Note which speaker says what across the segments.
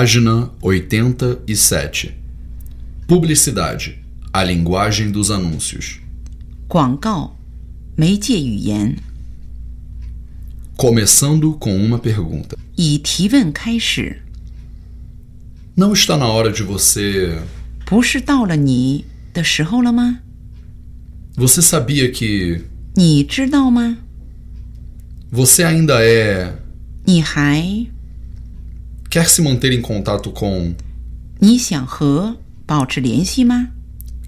Speaker 1: Página 87. Publicidade. A linguagem dos anúncios.
Speaker 2: 广告，媒介语言，
Speaker 1: Começando com uma pergunta.
Speaker 2: 以提问开始，
Speaker 1: Não está na hora de você.
Speaker 2: 不是到了你的时候了吗？
Speaker 1: Você sabia que.
Speaker 2: 你知道吗？
Speaker 1: Você ainda é.
Speaker 2: 你还
Speaker 1: Quer se manter em contato com.
Speaker 2: 你想和保持联系吗？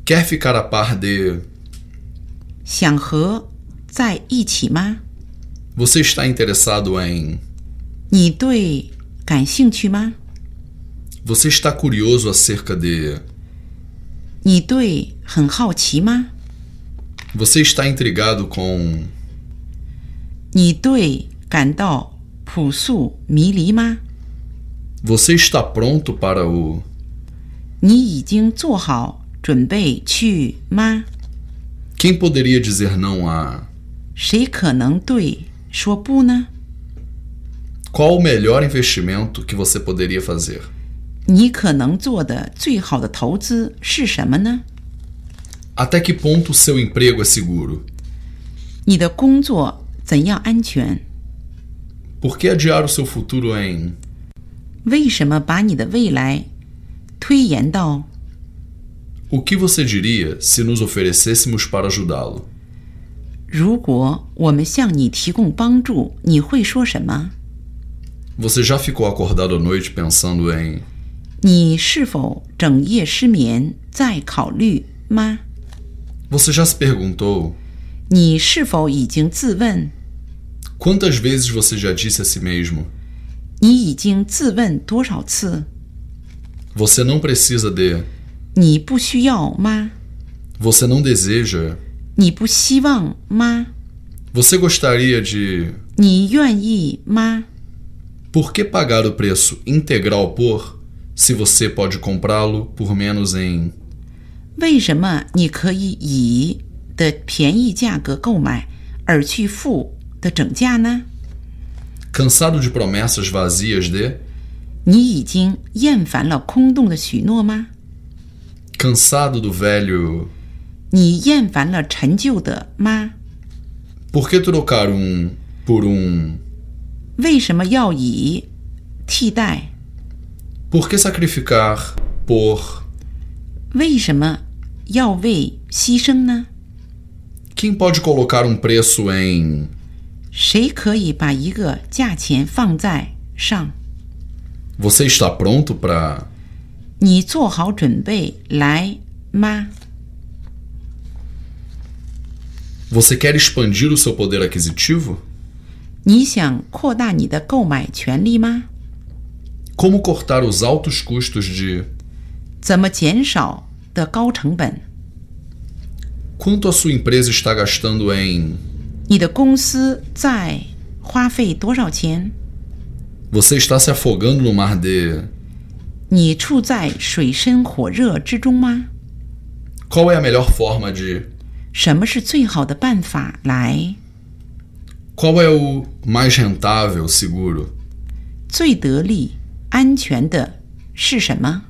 Speaker 1: Quer ficar a par de.
Speaker 2: 想和在一起吗？
Speaker 1: Você está interessado em.
Speaker 2: 你对感兴趣吗？
Speaker 1: Você está curioso acerca de.
Speaker 2: 你对很好奇吗？
Speaker 1: Você está intrigado com.
Speaker 2: 你对感到朴素迷离吗？
Speaker 1: Você está pronto para o.
Speaker 2: 你已经做好准备去吗？
Speaker 1: Quem poderia dizer não a.
Speaker 2: 谁可能对说不呢？
Speaker 1: Qual o melhor investimento que você poderia fazer?
Speaker 2: 你可能做的最好的投资是什么呢？
Speaker 1: Até que ponto o seu emprego é seguro?
Speaker 2: 你的工作怎样安全？
Speaker 1: Por que adiar o seu futuro em.
Speaker 2: 为什么把你的未来推延到？
Speaker 1: O que você diria se nos oferecêssemos para ajudá-lo?
Speaker 2: 如果我们向你提供帮助，你会说什么？
Speaker 1: Você já ficou acordado à noite pensando em.
Speaker 2: 你是否整夜失眠在考虑吗？
Speaker 1: Você já se perguntou
Speaker 2: 你是否已经自问？
Speaker 1: quantas vezes você já disse a si mesmo:
Speaker 2: 你已经自问多少次？
Speaker 1: Você não precisa de.
Speaker 2: 你不需要吗？
Speaker 1: Você não deseja.
Speaker 2: 你不希望吗？
Speaker 1: Você gostaria de.
Speaker 2: 你愿意吗？
Speaker 1: Por que pagar o preço integral por se você pode comprá-lo por menos em.
Speaker 2: 为什么你可以以的便宜价格购买，而去付的整价呢？
Speaker 1: Cansado de promessas vazias de.
Speaker 2: 你已经厌烦了空洞的许诺吗？
Speaker 1: Cansado do velho.
Speaker 2: 你厌烦了陈旧的吗？
Speaker 1: Por que trocar um por um?
Speaker 2: 为什么要以替代？
Speaker 1: Por que sacrificar por.
Speaker 2: 为什么要为牺牲呢？
Speaker 1: Quem pode colocar um preço em.
Speaker 2: 谁可以把一个价钱放在上？
Speaker 1: Você está pronto para.
Speaker 2: 你做好准备来吗？
Speaker 1: Você quer expandir o seu poder aquisitivo?
Speaker 2: 你想扩大你的购买权利吗？
Speaker 1: Como cortar os altos custos de.
Speaker 2: 怎么减少的高成本？
Speaker 1: Quanto a sua empresa está gastando em.
Speaker 2: 你的公司在花费多少钱？
Speaker 1: Você está se afogando no mar de.
Speaker 2: 你处在水深火热之中吗？
Speaker 1: Qual é a melhor forma de.
Speaker 2: 什么是最好的办法来
Speaker 1: Qual é o mais rentável, seguro?
Speaker 2: 最得力、安全的是什么？